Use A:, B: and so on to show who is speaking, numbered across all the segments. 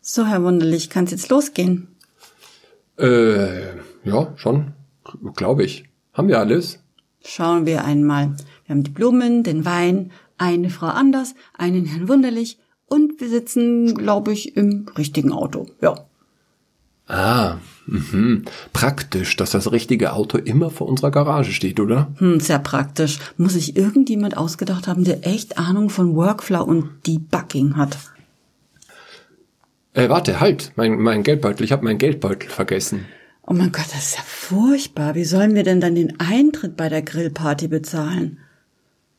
A: So, Herr Wunderlich, kann es jetzt losgehen?
B: Äh, ja, schon, glaube ich. Haben wir alles?
A: Schauen wir einmal. Wir haben die Blumen, den Wein, eine Frau Anders, einen Herrn Wunderlich und wir sitzen, glaube ich, im richtigen Auto. Ja.
B: Ah, mhm. praktisch, dass das richtige Auto immer vor unserer Garage steht, oder?
A: Hm, sehr praktisch. Muss sich irgendjemand ausgedacht haben, der echt Ahnung von Workflow und Debugging hat.
B: Äh, warte, halt, mein, mein Geldbeutel, ich habe meinen Geldbeutel vergessen.
A: Oh mein Gott, das ist ja furchtbar. Wie sollen wir denn dann den Eintritt bei der Grillparty bezahlen?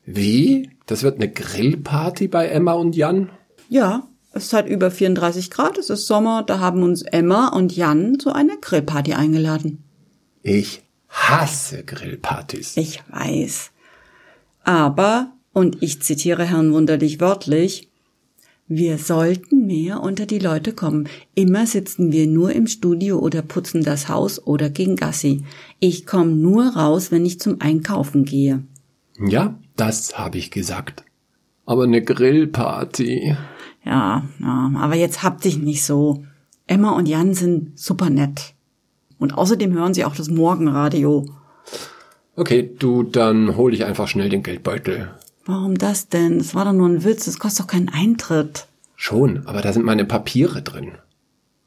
B: Wie? Das wird eine Grillparty bei Emma und Jan?
A: Ja, es hat über 34 Grad, es ist Sommer, da haben uns Emma und Jan zu einer Grillparty eingeladen.
B: Ich hasse Grillpartys.
A: Ich weiß. Aber, und ich zitiere Herrn Wunderlich wörtlich, wir sollten mehr unter die Leute kommen. Immer sitzen wir nur im Studio oder putzen das Haus oder gehen Gassi. Ich komme nur raus, wenn ich zum Einkaufen gehe.
B: Ja, das habe ich gesagt. Aber eine Grillparty.
A: Ja, ja, aber jetzt hab dich nicht so. Emma und Jan sind super nett. Und außerdem hören sie auch das Morgenradio.
B: Okay, du, dann hol ich einfach schnell den Geldbeutel.
A: Warum das denn? Das war doch nur ein Witz, das kostet doch keinen Eintritt.
B: Schon, aber da sind meine Papiere drin.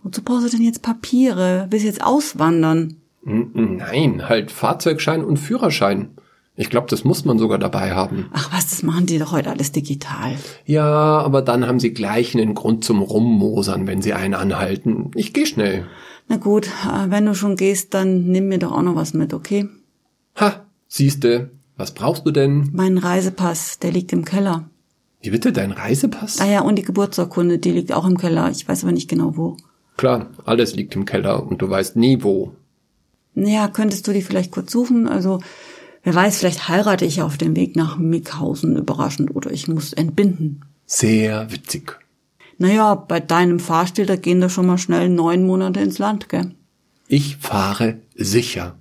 A: Wozu brauchst du denn jetzt Papiere? Willst du jetzt auswandern?
B: N- Nein, halt Fahrzeugschein und Führerschein. Ich glaube, das muss man sogar dabei haben.
A: Ach was, das machen die doch heute alles digital.
B: Ja, aber dann haben sie gleich einen Grund zum Rummosern, wenn sie einen anhalten. Ich gehe schnell.
A: Na gut, äh, wenn du schon gehst, dann nimm mir doch auch noch was mit, okay?
B: Ha, siehste, was brauchst du denn?
A: Mein Reisepass, der liegt im Keller.
B: Wie bitte, dein Reisepass?
A: Ah ja, und die Geburtsurkunde, die liegt auch im Keller. Ich weiß aber nicht genau wo.
B: Klar, alles liegt im Keller und du weißt nie wo.
A: Naja, könntest du die vielleicht kurz suchen? Also, wer weiß, vielleicht heirate ich ja auf dem Weg nach Mickhausen überraschend oder ich muss entbinden.
B: Sehr witzig.
A: Naja, bei deinem Fahrstil, da gehen da schon mal schnell neun Monate ins Land, gell?
B: Ich fahre sicher.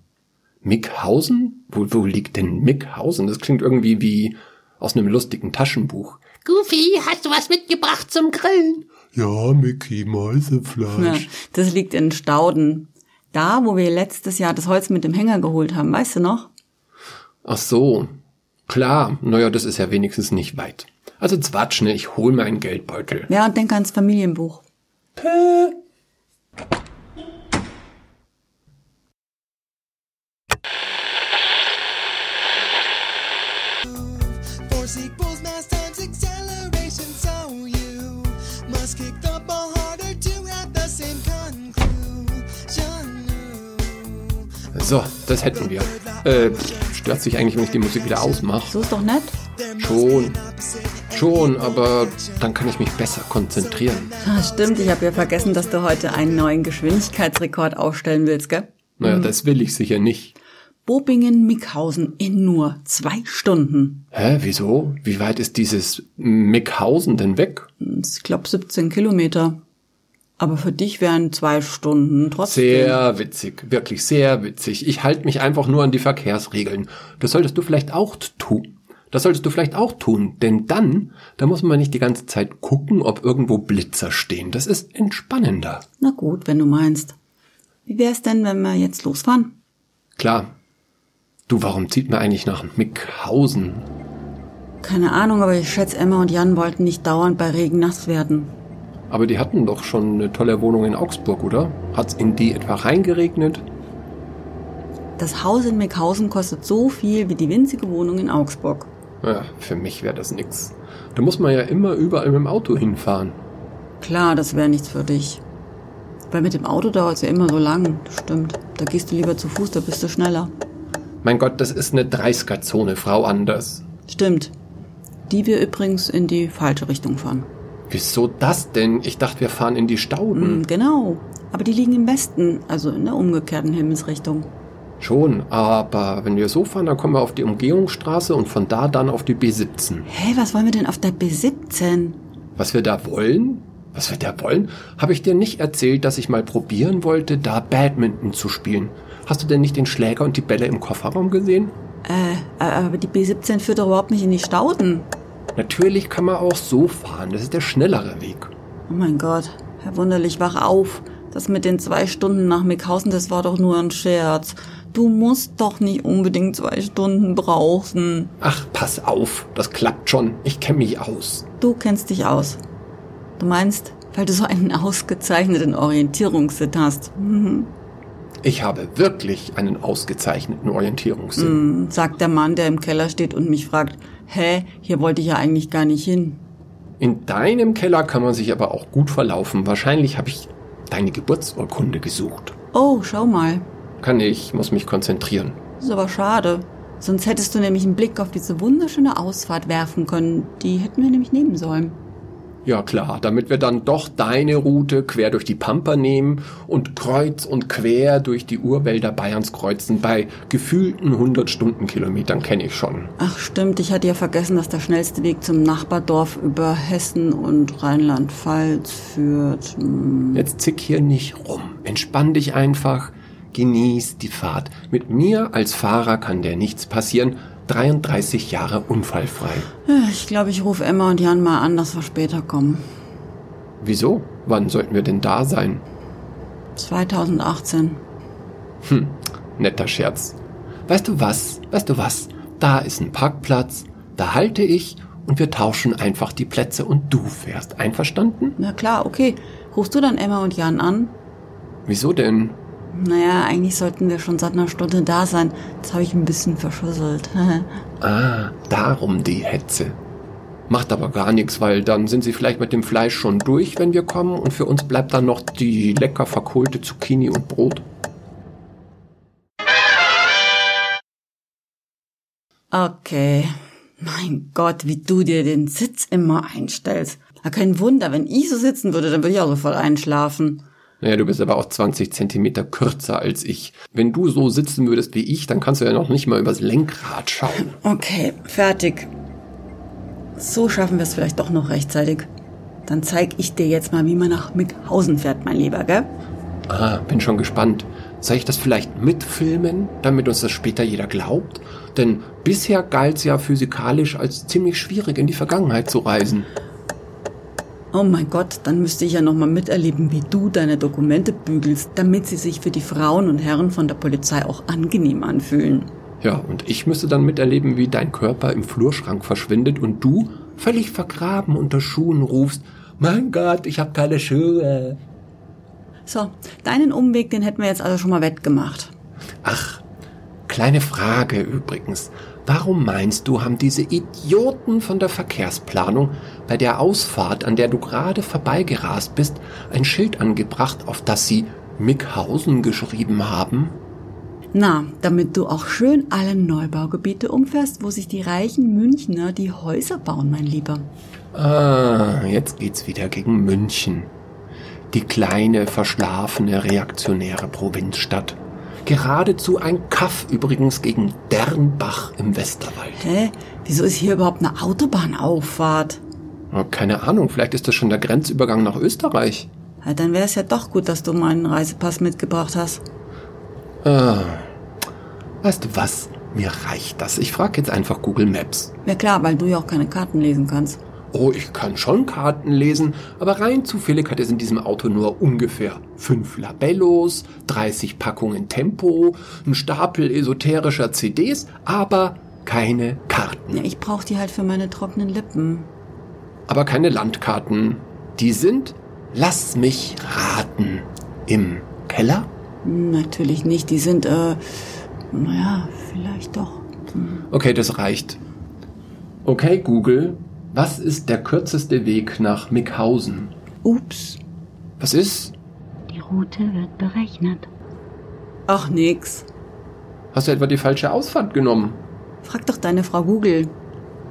B: Mickhausen? Wo, wo liegt denn Mickhausen? Das klingt irgendwie wie aus einem lustigen Taschenbuch.
C: Goofy, hast du was mitgebracht zum Grillen?
D: Ja, Mickey,
A: Ja,
D: Mäusefleisch.
A: Ne, das liegt in Stauden. Da, wo wir letztes Jahr das Holz mit dem Hänger geholt haben, weißt du noch?
B: Ach so. Klar, naja, das ist ja wenigstens nicht weit. Also zwatsch, ne, ich hol meinen Geldbeutel.
A: Ja, und denk ans Familienbuch.
E: Force equals mass times acceleration, so you must kick the ball harder to have the same conclusion.
B: So, das hätten wir. Äh, stört sich eigentlich, wenn ich die Musik wieder ausmache?
A: So ist doch nett.
B: Schon. Schon, aber dann kann ich mich besser konzentrieren.
A: Ah, stimmt, ich habe ja vergessen, dass du heute einen neuen Geschwindigkeitsrekord aufstellen willst, gell?
B: Naja, das will ich sicher nicht.
A: Bobingen-Mickhausen in nur zwei Stunden.
B: Hä, wieso? Wie weit ist dieses Mickhausen denn weg?
A: Ich glaube 17 Kilometer. Aber für dich wären zwei Stunden trotzdem.
B: Sehr witzig, wirklich sehr witzig. Ich halte mich einfach nur an die Verkehrsregeln. Das solltest du vielleicht auch tun. Das solltest du vielleicht auch tun, denn dann, da muss man nicht die ganze Zeit gucken, ob irgendwo Blitzer stehen. Das ist entspannender.
A: Na gut, wenn du meinst. Wie wär's denn, wenn wir jetzt losfahren?
B: Klar. Du, warum zieht man eigentlich nach Mickhausen?
A: Keine Ahnung, aber ich schätze, Emma und Jan wollten nicht dauernd bei Regen nass werden.
B: Aber die hatten doch schon eine tolle Wohnung in Augsburg, oder? Hat's in die etwa reingeregnet?
A: Das Haus in Mickhausen kostet so viel wie die winzige Wohnung in Augsburg.
B: Ja, für mich wäre das nix. Da muss man ja immer überall mit dem Auto hinfahren.
A: Klar, das wäre nichts für dich. Weil mit dem Auto dauert's ja immer so lang. Das Stimmt. Da gehst du lieber zu Fuß, da bist du schneller.
B: Mein Gott, das ist eine 30er-Zone, Frau Anders.
A: Stimmt. Die wir übrigens in die falsche Richtung fahren.
B: Wieso das denn? Ich dachte, wir fahren in die Stauden.
A: Mhm, Genau. Aber die liegen im Westen, also in der umgekehrten Himmelsrichtung.
B: Schon, aber wenn wir so fahren, dann kommen wir auf die Umgehungsstraße und von da dann auf die B17.
A: Hä, hey, was wollen wir denn auf der B17?
B: Was wir da wollen? Was wir da wollen? Habe ich dir nicht erzählt, dass ich mal probieren wollte, da Badminton zu spielen? Hast du denn nicht den Schläger und die Bälle im Kofferraum gesehen?
A: Äh, äh, aber die B17 führt doch überhaupt nicht in die Stauden.
B: Natürlich kann man auch so fahren, das ist der schnellere Weg.
A: Oh mein Gott. Herr Wunderlich, wach auf. Das mit den zwei Stunden nach Mickhausen, das war doch nur ein Scherz. Du musst doch nicht unbedingt zwei Stunden brauchen.
B: Ach, pass auf, das klappt schon. Ich kenne mich aus.
A: Du kennst dich aus. Du meinst, weil du so einen ausgezeichneten Orientierungssinn hast. Mhm.
B: Ich habe wirklich einen ausgezeichneten Orientierungssinn.
A: Sagt der Mann, der im Keller steht und mich fragt, hä, hier wollte ich ja eigentlich gar nicht hin.
B: In deinem Keller kann man sich aber auch gut verlaufen. Wahrscheinlich habe ich deine Geburtsurkunde gesucht.
A: Oh, schau mal.
B: Kann ich, muss mich konzentrieren.
A: Ist aber schade. Sonst hättest du nämlich einen Blick auf diese wunderschöne Ausfahrt werfen können. Die hätten wir nämlich nehmen sollen.
B: Ja klar, damit wir dann doch deine Route quer durch die Pampa nehmen und kreuz und quer durch die Urwälder Bayerns kreuzen bei gefühlten 100 Stundenkilometern kenne ich schon.
A: Ach stimmt, ich hatte ja vergessen, dass der schnellste Weg zum Nachbardorf über Hessen und Rheinland-Pfalz führt. Hm.
B: Jetzt zick hier nicht rum. Entspann dich einfach, genieß die Fahrt. Mit mir als Fahrer kann dir nichts passieren. 33 Jahre unfallfrei.
A: Ich glaube, ich rufe Emma und Jan mal an, dass wir später kommen.
B: Wieso? Wann sollten wir denn da sein?
A: 2018.
B: Netter Scherz. Weißt du was? Weißt du was? Da ist ein Parkplatz, da halte ich und wir tauschen einfach die Plätze und du fährst. Einverstanden?
A: Na klar, okay. Rufst du dann Emma und Jan an?
B: Wieso denn?
A: Naja, eigentlich sollten wir schon seit einer Stunde da sein. Das habe ich ein bisschen verschüsselt.
B: Ah, darum die Hetze. Macht aber gar nichts, weil dann sind sie vielleicht mit dem Fleisch schon durch, wenn wir kommen und für uns bleibt dann noch die lecker verkohlte Zucchini und Brot.
A: okay. Mein Gott, wie du dir den Sitz immer einstellst. Na, kein Wunder, wenn ich so sitzen würde, dann würde ich auch sofort einschlafen.
B: Naja, du bist aber auch 20 Zentimeter kürzer als ich. Wenn du so sitzen würdest wie ich, dann kannst du ja noch nicht mal übers Lenkrad schauen.
A: Okay, fertig. So schaffen wir es vielleicht doch noch rechtzeitig. Dann zeig ich dir jetzt mal, wie man nach Mickhausen fährt, mein Lieber, gell?
B: Ah, bin schon gespannt. Soll ich das vielleicht mitfilmen, damit uns das später jeder glaubt? Denn bisher galt es ja physikalisch als ziemlich schwierig, in die Vergangenheit zu reisen.
A: Oh mein Gott, dann müsste ich ja nochmal miterleben, wie du deine Dokumente bügelst, damit sie sich für die Frauen und Herren von der Polizei auch angenehm anfühlen.
B: Ja, und ich müsste dann miterleben, wie dein Körper im Flurschrank verschwindet und du, völlig vergraben unter Schuhen, rufst, mein Gott, ich habe keine Schuhe.
A: So, deinen Umweg, den hätten wir jetzt also schon mal wettgemacht.
B: Ach, kleine Frage übrigens. Warum meinst du, haben diese Idioten von der Verkehrsplanung bei der Ausfahrt, an der du gerade vorbeigerast bist, ein Schild angebracht, auf das sie Mickhausen geschrieben haben?
A: Na, damit du auch schön alle Neubaugebiete umfährst, wo sich die reichen Münchner die Häuser bauen, mein Lieber.
B: Ah, jetzt geht's wieder gegen München. Die kleine, verschlafene, reaktionäre Provinzstadt. Geradezu ein Kaff übrigens gegen Dernbach im Westerwald.
A: Hä? Wieso ist hier überhaupt eine Autobahnauffahrt?
B: Oh, Keine Ahnung, vielleicht ist das schon der Grenzübergang nach Österreich.
A: Ja, Halt, dann wäre es ja doch gut, dass du meinen Reisepass mitgebracht hast.
B: Weißt du was? Mir reicht das. Ich frage jetzt einfach Google Maps.
A: Ja klar, weil du ja auch keine Karten lesen kannst.
B: Oh, ich kann schon Karten lesen, aber rein zufällig hat es in diesem Auto nur ungefähr fünf Labellos, 30 Packungen Tempo, einen Stapel esoterischer CDs, aber keine Karten.
A: Ja, ich brauche die halt für meine trockenen Lippen.
B: Aber keine Landkarten. Die sind, lass mich raten, im Keller?
A: Hm, Natürlich nicht, die sind, äh, naja, vielleicht doch. Hm.
B: Okay, das reicht. Okay, Google, was ist der kürzeste Weg nach Mickhausen?
A: Ups.
B: Was ist?
D: Die Route wird berechnet.
A: Ach nix.
B: Hast du etwa die falsche Ausfahrt genommen?
A: Frag doch deine Frau Google.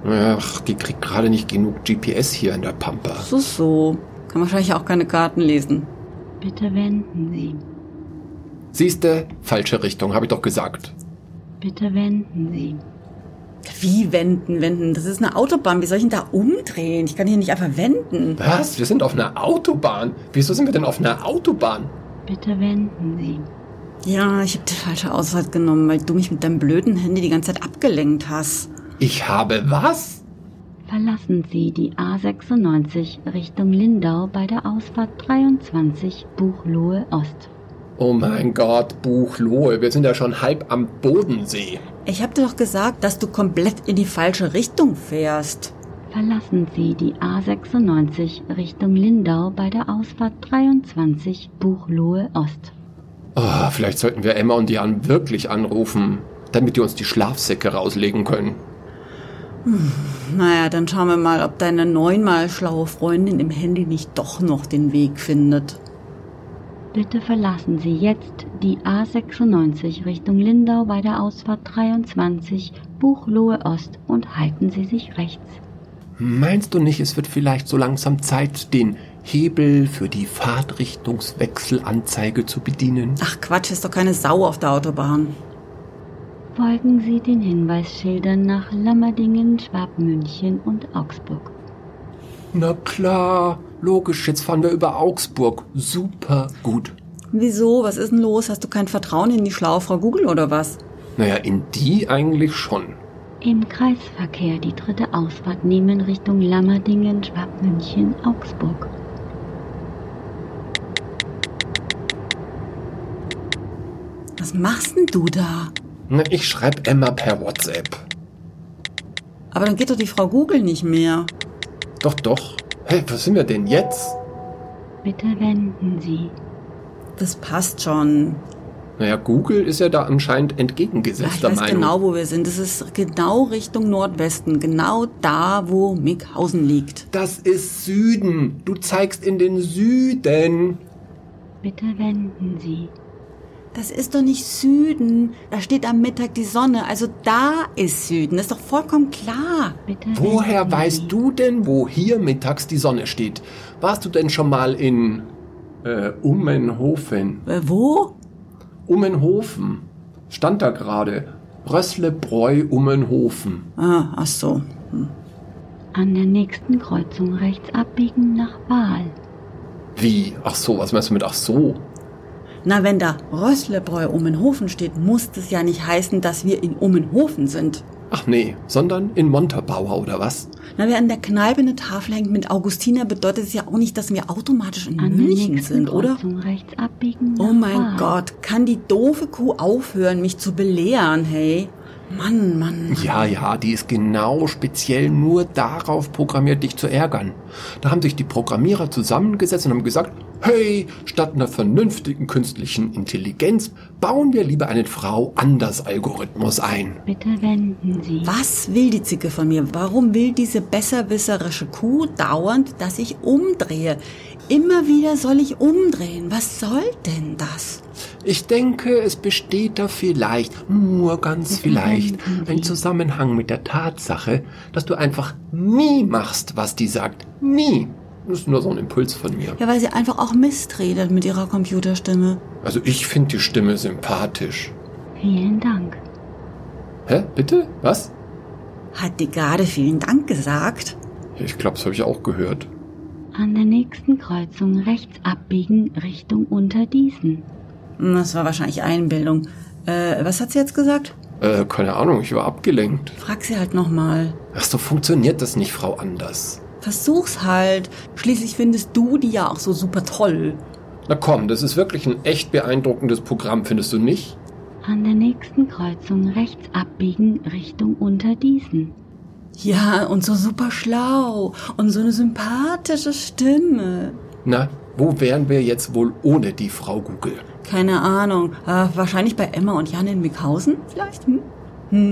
B: Ach, die kriegt gerade nicht genug GPS hier in der Pampa.
A: So, so. Kann wahrscheinlich auch keine Karten lesen.
D: Bitte wenden Sie.
B: Siehste, falsche Richtung, habe ich doch gesagt.
D: Bitte wenden Sie.
A: Wie wenden, wenden? Das ist eine Autobahn. Wie soll ich denn da umdrehen? Ich kann hier nicht einfach wenden.
B: Was? Wir sind auf einer Autobahn. Wieso sind wir denn auf einer Autobahn?
D: Bitte wenden Sie.
A: Ja, ich habe die falsche Ausfahrt genommen, weil du mich mit deinem blöden Handy die ganze Zeit abgelenkt hast.
B: Ich habe was?
D: verlassen Sie die A96 Richtung Lindau bei der Ausfahrt 23 Buchloe Ost.
B: Oh mein Gott, Buchlohe, wir sind ja schon halb am Bodensee.
A: Ich hab dir doch gesagt, dass du komplett in die falsche Richtung fährst.
D: Verlassen Sie die A96 Richtung Lindau bei der Ausfahrt 23 Buchloe Ost.
B: Ah, vielleicht sollten wir Emma und Jan wirklich anrufen, damit die uns die Schlafsäcke rauslegen können.
A: Naja, dann schauen wir mal, ob deine neunmal schlaue Freundin im Handy nicht doch noch den Weg findet.
D: Bitte verlassen Sie jetzt die A96 Richtung Lindau bei der Ausfahrt 23 Buchloe Ost und halten Sie sich rechts.
B: Meinst du nicht, es wird vielleicht so langsam Zeit, den Hebel für die Fahrtrichtungswechselanzeige zu bedienen?
A: Ach Quatsch, ist doch keine Sau auf der Autobahn.
D: Folgen Sie den Hinweisschildern nach Lammerdingen, Schwabmünchen und Augsburg.
B: Na klar, logisch, jetzt fahren wir über Augsburg. Super gut.
A: Wieso? Was ist denn los? Hast du kein Vertrauen in die schlaue Frau Google oder was?
B: Naja, in die eigentlich schon.
D: Im Kreisverkehr die dritte Ausfahrt nehmen Richtung Lammerdingen, Schwabmünchen, Augsburg.
A: Was machst denn du da?
B: Na, ich schreibe Emma per WhatsApp.
A: Aber dann geht doch die Frau Google nicht mehr.
B: Doch, doch. Hey, wo sind wir denn jetzt?
D: Bitte wenden Sie.
A: Das passt schon.
B: Naja, Google ist ja da anscheinend
A: Ja, ich
B: entgegengesetzter
A: weiß
B: Meinung.
A: genau, wo wir sind. Es ist genau Richtung Nordwesten. Genau da, wo Mickhausen liegt.
B: Das ist Süden. Du zeigst in den Süden.
D: Bitte wenden Sie.
A: Das ist doch nicht Süden. Da steht am Mittag die Sonne. Also da ist Süden. Das ist doch vollkommen klar.
D: Bitte
B: Woher
A: Hm.
D: wenden Sie.
B: weißt du denn, wo hier mittags die Sonne steht? Warst du denn schon mal in äh, Ummenhofen?
A: Äh, wo?
B: Ummenhofen. Stand da gerade. Rösslebräu Ummenhofen.
A: Ah, ach so.
D: An der nächsten Kreuzung rechts abbiegen nach Wahl.
B: Wie? Ach so, was meinst du mit ach so?
A: Na, wenn da Rösslebräu Ummenhofen steht, muss das ja nicht heißen, dass wir in Ummenhofen sind.
B: Ach nee, sondern in Montabaur oder was?
A: Na, wer an der Kneipe eine Tafel hängt mit Augustiner, bedeutet es ja auch nicht, dass wir automatisch in
D: An der
A: München
D: nächsten
A: sind, oder?
D: Kreuzung rechts abbiegen nach
A: Oh mein
D: Wahl.
A: Gott, kann die doofe Kuh aufhören, mich zu belehren, hey? Mann, Mann.
B: Ja, ja, die ist genau speziell nur darauf programmiert, dich zu ärgern. Da haben sich die Programmierer zusammengesetzt und haben gesagt, hey, statt einer vernünftigen künstlichen Intelligenz bauen wir lieber einen Frau anders Algorithmus ein.
D: Bitte wenden Sie.
A: Was will die Zicke von mir? Warum will diese besserwisserische Kuh dauernd, dass ich umdrehe? Immer wieder soll ich umdrehen. Was soll denn das?
B: Ich denke, es besteht da vielleicht, nur ganz vielleicht, ein Zusammenhang mit der Tatsache, dass du einfach nie machst, was die sagt. Nie. Das ist nur so ein Impuls von mir.
A: Ja, weil sie einfach auch Mist redet mit ihrer Computerstimme.
B: Also ich finde die Stimme sympathisch.
D: Vielen Dank.
B: Hä? Bitte? Was?
A: Hat die gerade vielen Dank gesagt?
B: Ich glaube, das habe ich auch gehört.
D: An der nächsten Kreuzung rechts abbiegen Richtung Unterdießen.
A: Hm, Das war wahrscheinlich Einbildung. Äh, was hat sie jetzt gesagt?
B: Äh, keine Ahnung, ich war abgelenkt.
A: Frag sie halt nochmal.
B: Ach, so funktioniert das nicht, Frau Anders.
A: Versuch's halt. Schließlich findest du die ja auch so super toll.
B: Na komm, das ist wirklich ein echt beeindruckendes Programm, findest du nicht?
D: An der nächsten Kreuzung rechts abbiegen Richtung Unterdießen.
A: Ja, und so super schlau und so eine sympathische Stimme.
B: Na, wo wären wir jetzt wohl ohne die Frau Google?
A: Keine Ahnung. Äh, wahrscheinlich bei Emma und Jan in Mickhausen vielleicht? Hm?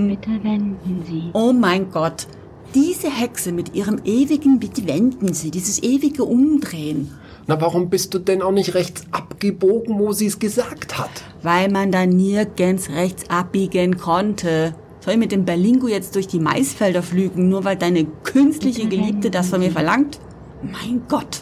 D: Bitte wenden Sie.
A: Oh mein Gott. Diese Hexe mit ihrem ewigen Bitte wenden Sie, dieses ewige Umdrehen.
B: Na, warum bist du denn auch nicht rechts abgebogen, wo sie es gesagt hat?
A: Weil man da nirgends rechts abbiegen konnte. Soll ich mit dem Berlingo jetzt durch die Maisfelder flügen, nur weil deine künstliche Geliebte das von mir verlangt? Mein Gott.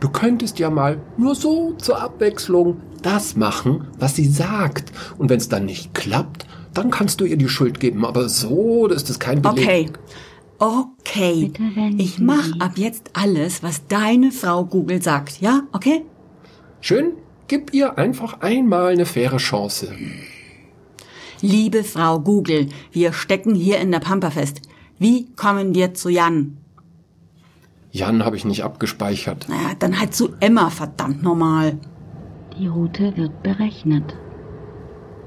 B: Du könntest ja mal nur so zur Abwechslung das machen, was sie sagt. Und wenn es dann nicht klappt, dann kannst du ihr die Schuld geben. Aber so, das ist kein
A: Okay.
B: Beleg.
A: Okay.
D: Bitte wenden
A: Ich mach
D: Sie.
A: ab jetzt alles, was deine Frau Google sagt. Ja? Okay?
B: Schön, gib ihr einfach einmal eine faire Chance.
A: Liebe Frau Google, wir stecken hier in der Pampa fest. Wie kommen wir zu Jan?
B: Jan habe ich nicht abgespeichert.
A: Naja, dann halt zu Emma, verdammt normal.
D: Die Route wird berechnet.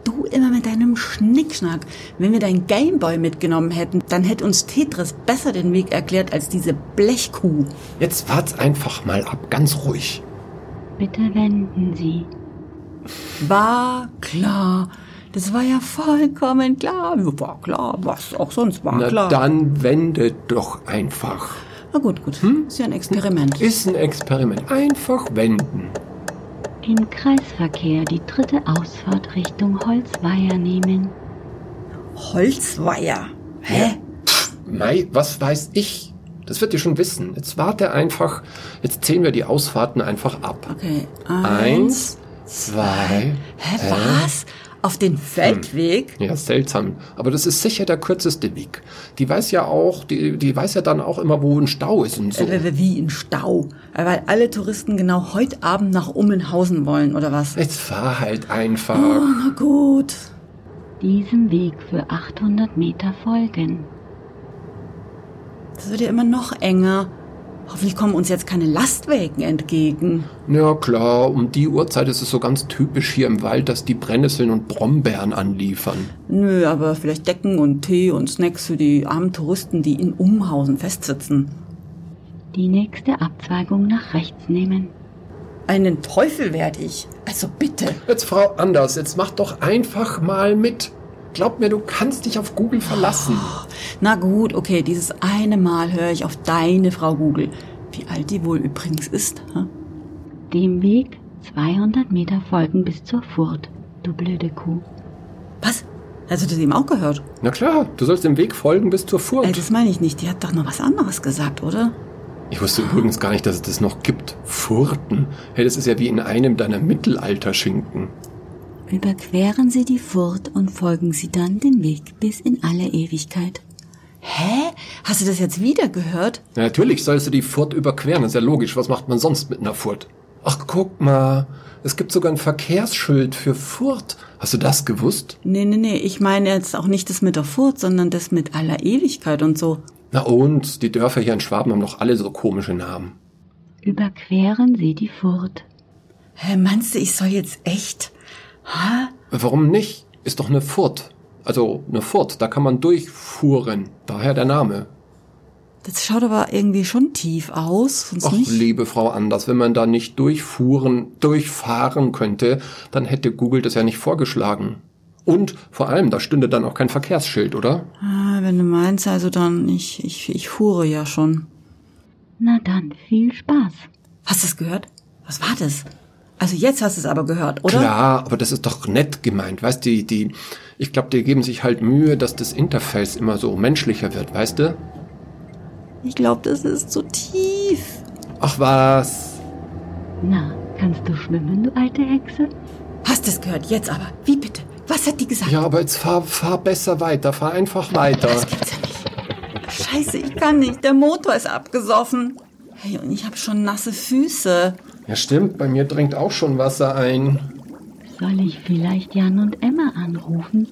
A: Du immer mit deinem Schnickschnack. Wenn wir dein Gameboy mitgenommen hätten, dann hätte uns Tetris besser den Weg erklärt als diese Blechkuh.
B: Jetzt wart's einfach mal ab, ganz ruhig.
D: Bitte wenden Sie.
A: War klar. Das war ja vollkommen klar. Ja, War klar, was auch sonst war
B: Na
A: klar.
B: dann wendet doch einfach.
A: Na gut, gut.
B: Hm?
A: Ist ja ein Experiment.
B: Ist ein Experiment. Einfach wenden.
D: Im Kreisverkehr die dritte Ausfahrt Richtung Holzweier nehmen.
A: Holzweier. Hä?
B: Mei, was weiß ich? Das wird ihr schon wissen. Jetzt warte einfach. Jetzt zählen wir die Ausfahrten einfach ab.
A: Okay.
B: Eins, zwei.
A: Hä, Hm. was? Auf den Feldweg?
B: Ja, seltsam. Aber das ist sicher der kürzeste Weg. Die weiß ja auch, die, die weiß ja dann auch immer, wo ein Stau ist und so.
A: Äh, Wie wie in Stau. Äh, Weil alle Touristen genau heute Abend nach Ummenhausen wollen, oder was?
B: Jetzt fahr halt einfach.
A: Na gut.
D: Diesem Weg für 800 Meter folgen.
A: Das wird ja immer noch enger. Hoffentlich kommen uns jetzt keine Lastwägen entgegen.
B: Ja klar, um die Uhrzeit ist es so ganz typisch hier im Wald, dass die Brennnesseln und Brombeeren anliefern.
A: Nö, aber vielleicht Decken und Tee und Snacks für die armen Touristen, die in Umhausen festsitzen.
D: Die nächste Abzweigung nach rechts nehmen.
A: Einen Teufel werd ich. Also bitte.
B: Jetzt Frau Anders, jetzt mach doch einfach mal mit. Glaub mir, du kannst dich auf Google verlassen.
A: Na gut, okay, dieses eine Mal höre ich auf deine Frau Google. Wie alt die wohl übrigens ist. Hä?
D: Dem Weg 200 Meter folgen bis zur Furt. Du blöde Kuh.
A: Was? Also das eben auch gehört.
B: Na klar, du sollst dem Weg folgen bis zur Furt.
A: Äh, das meine ich nicht. Die hat doch noch was anderes gesagt, oder?
B: Ich wusste übrigens gar nicht, dass es das noch gibt. Furten. Hey, das ist ja wie in einem deiner Mittelalterschinken.
D: Überqueren Sie die Furt und folgen Sie dann den Weg bis in alle Ewigkeit.
A: Hä? Hast du das jetzt wieder gehört?
B: Na, natürlich sollst du die Furt überqueren, ist ja logisch. Was macht man sonst mit einer Furt? Ach, guck mal. Es gibt sogar ein Verkehrsschild für Furt. Hast du das gewusst?
A: Nee, nee, nee. Ich meine jetzt auch nicht das mit der Furt, sondern das mit aller Ewigkeit und so.
B: Na und, die Dörfer hier in Schwaben haben doch alle so komische Namen.
D: Überqueren Sie die Furt.
A: Hä, meinst du, ich soll jetzt echt? Ha?
B: Warum nicht? Ist doch eine Furt. Also eine Furt, da kann man durchfuhren. Daher der Name.
A: Das schaut aber irgendwie schon tief aus, sonst
B: Ach,
A: nicht.
B: liebe Frau Anders, wenn man da nicht durchfuhren, durchfahren könnte, dann hätte Google das ja nicht vorgeschlagen. Und vor allem, da stünde dann auch kein Verkehrsschild, oder?
A: Ah, wenn du meinst, also dann, ich, ich, ich fuhre ja schon.
D: Na dann, viel Spaß.
A: Hast du es gehört? Was war das? Also jetzt hast du es aber gehört, oder?
B: Klar, aber das ist doch nett gemeint, weißt du, die, die, ich glaube, die geben sich halt Mühe, dass das Interface immer so menschlicher wird, weißt du?
A: Ich glaube, das ist zu tief.
B: Ach was.
D: Na, kannst du schwimmen, du alte Hexe?
A: Hast du es gehört? Jetzt aber. Wie bitte? Was hat die gesagt?
B: Ja, aber jetzt fahr, fahr besser weiter, fahr einfach weiter.
A: Das gibt's ja nicht. Scheiße, ich kann nicht. Der Motor ist abgesoffen. Hey, und ich habe schon nasse Füße.
B: Ja stimmt, bei mir dringt auch schon Wasser ein.
D: Soll ich vielleicht Jan und Emma anrufen?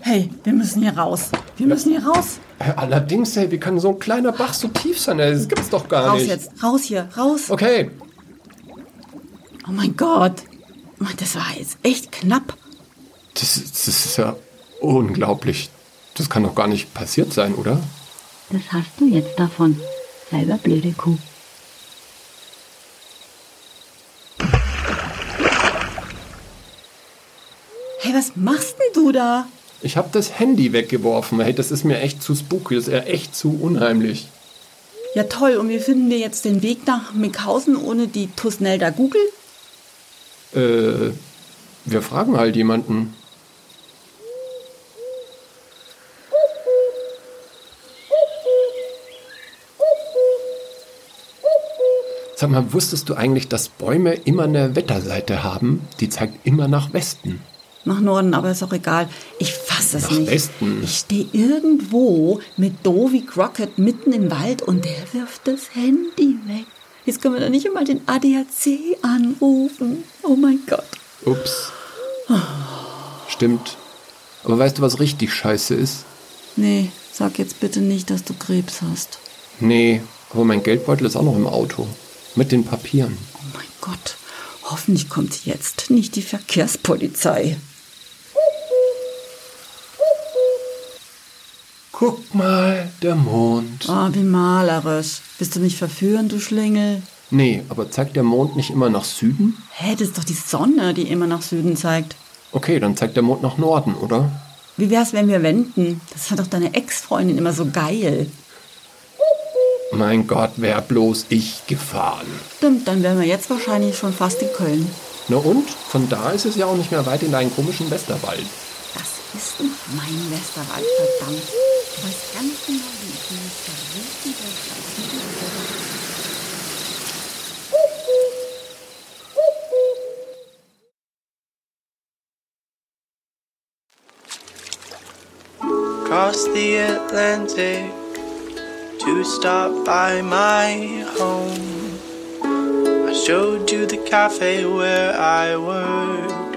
A: Hey, wir müssen hier raus. Wir müssen hier raus.
B: Äh, Allerdings, hey, wie kann so ein kleiner Bach so tief sein? Ey, Das gibt's doch gar
A: Raus
B: nicht.
A: jetzt. Raus hier. Raus.
B: Okay,
A: Oh mein Gott. Mann, Das war jetzt echt knapp.
B: Das, ist- das ist ja unglaublich. Das kann doch gar nicht passiert sein, oder?
D: Das hast du jetzt davon. Selber blöde Kuh.
A: Hey, was machst denn du da?
B: Ich habe das Handy weggeworfen. Hey, das ist mir echt zu spooky. Das ist ja echt zu unheimlich.
A: Ja toll, und wie finden wir jetzt den Weg nach Mickhausen ohne die Tusnelda Google?
B: Äh, wir fragen halt jemanden. Sag mal, wusstest du eigentlich, dass Bäume immer eine Wetterseite haben? Die zeigt immer nach Westen.
A: Nach Norden, aber ist auch egal. Ich fass es
B: Nach
A: nicht.
B: Westen.
A: Ich stehe irgendwo mit Dovey Crockett mitten im Wald und der wirft das Handy weg. Jetzt können wir doch nicht einmal den ADAC anrufen. Oh mein Gott.
B: Ups. Stimmt. Aber weißt du, was richtig scheiße ist?
A: Nee, Sag jetzt bitte nicht, dass du Krebs hast.
B: Nee, aber mein Geldbeutel ist auch noch im Auto. Mit den Papieren.
A: Oh mein Gott, hoffentlich kommt jetzt nicht die Verkehrspolizei.
B: Guck mal, der Mond.
A: Ah, wie malerisch. Bist du nicht verführend, du Schlingel?
B: Nee, aber zeigt der Mond nicht immer nach Süden?
A: Hä, das ist doch die Sonne, die immer nach Süden zeigt.
B: Okay, dann zeigt der Mond nach Norden, oder?
A: Wie wär's, wenn wir wenden? Das fand doch deine Ex-Freundin immer so geil.
B: Mein Gott, wär bloß ich gefahren.
A: Stimmt, dann wären wir jetzt wahrscheinlich schon fast in Köln.
B: Na und? Von da ist es ja auch nicht mehr weit in deinen komischen Westerwald.
A: Das ist nicht mein Westerwald, verdammt. Ich weiß ganz genau, wie ich mich verrichten
F: across the Atlantic to stop by my home. I showed you the cafe where I worked.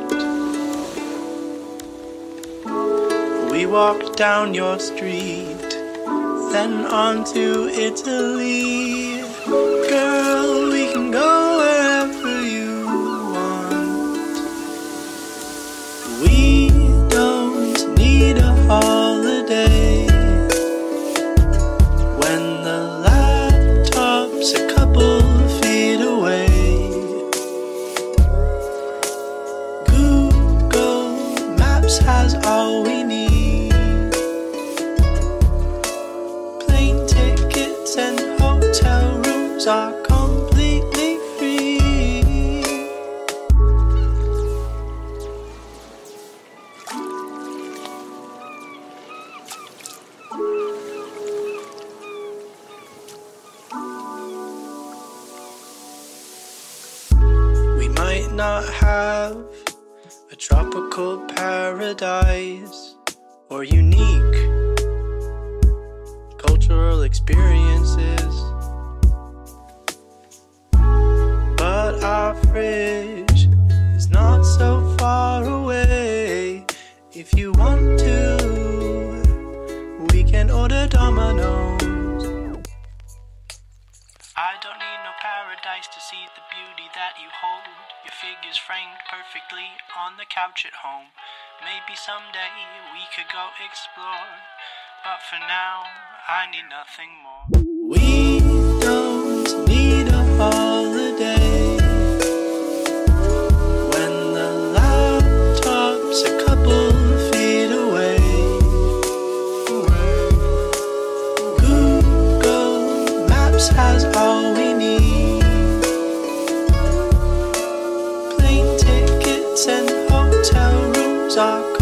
F: We walked down your street, then on to Italy. Girl, we can go wherever you want. We don't need a holiday when the laptop's a couple feet away. Google Maps has all we need plane tickets and hotel rooms are completely free. We might not have a tropical paradise or unique cultural experiences, but our fridge is not so far away. If you want to, we can order Domino's. I don't need no paradise to see the beauty that you hold. Your figure's framed perfectly on the couch at home. Maybe someday we could go explore, but for now, I need nothing more. We don't need a holiday when the laptop's a couple feet away. Google Maps has all we need. Plane tickets and hotel rooms are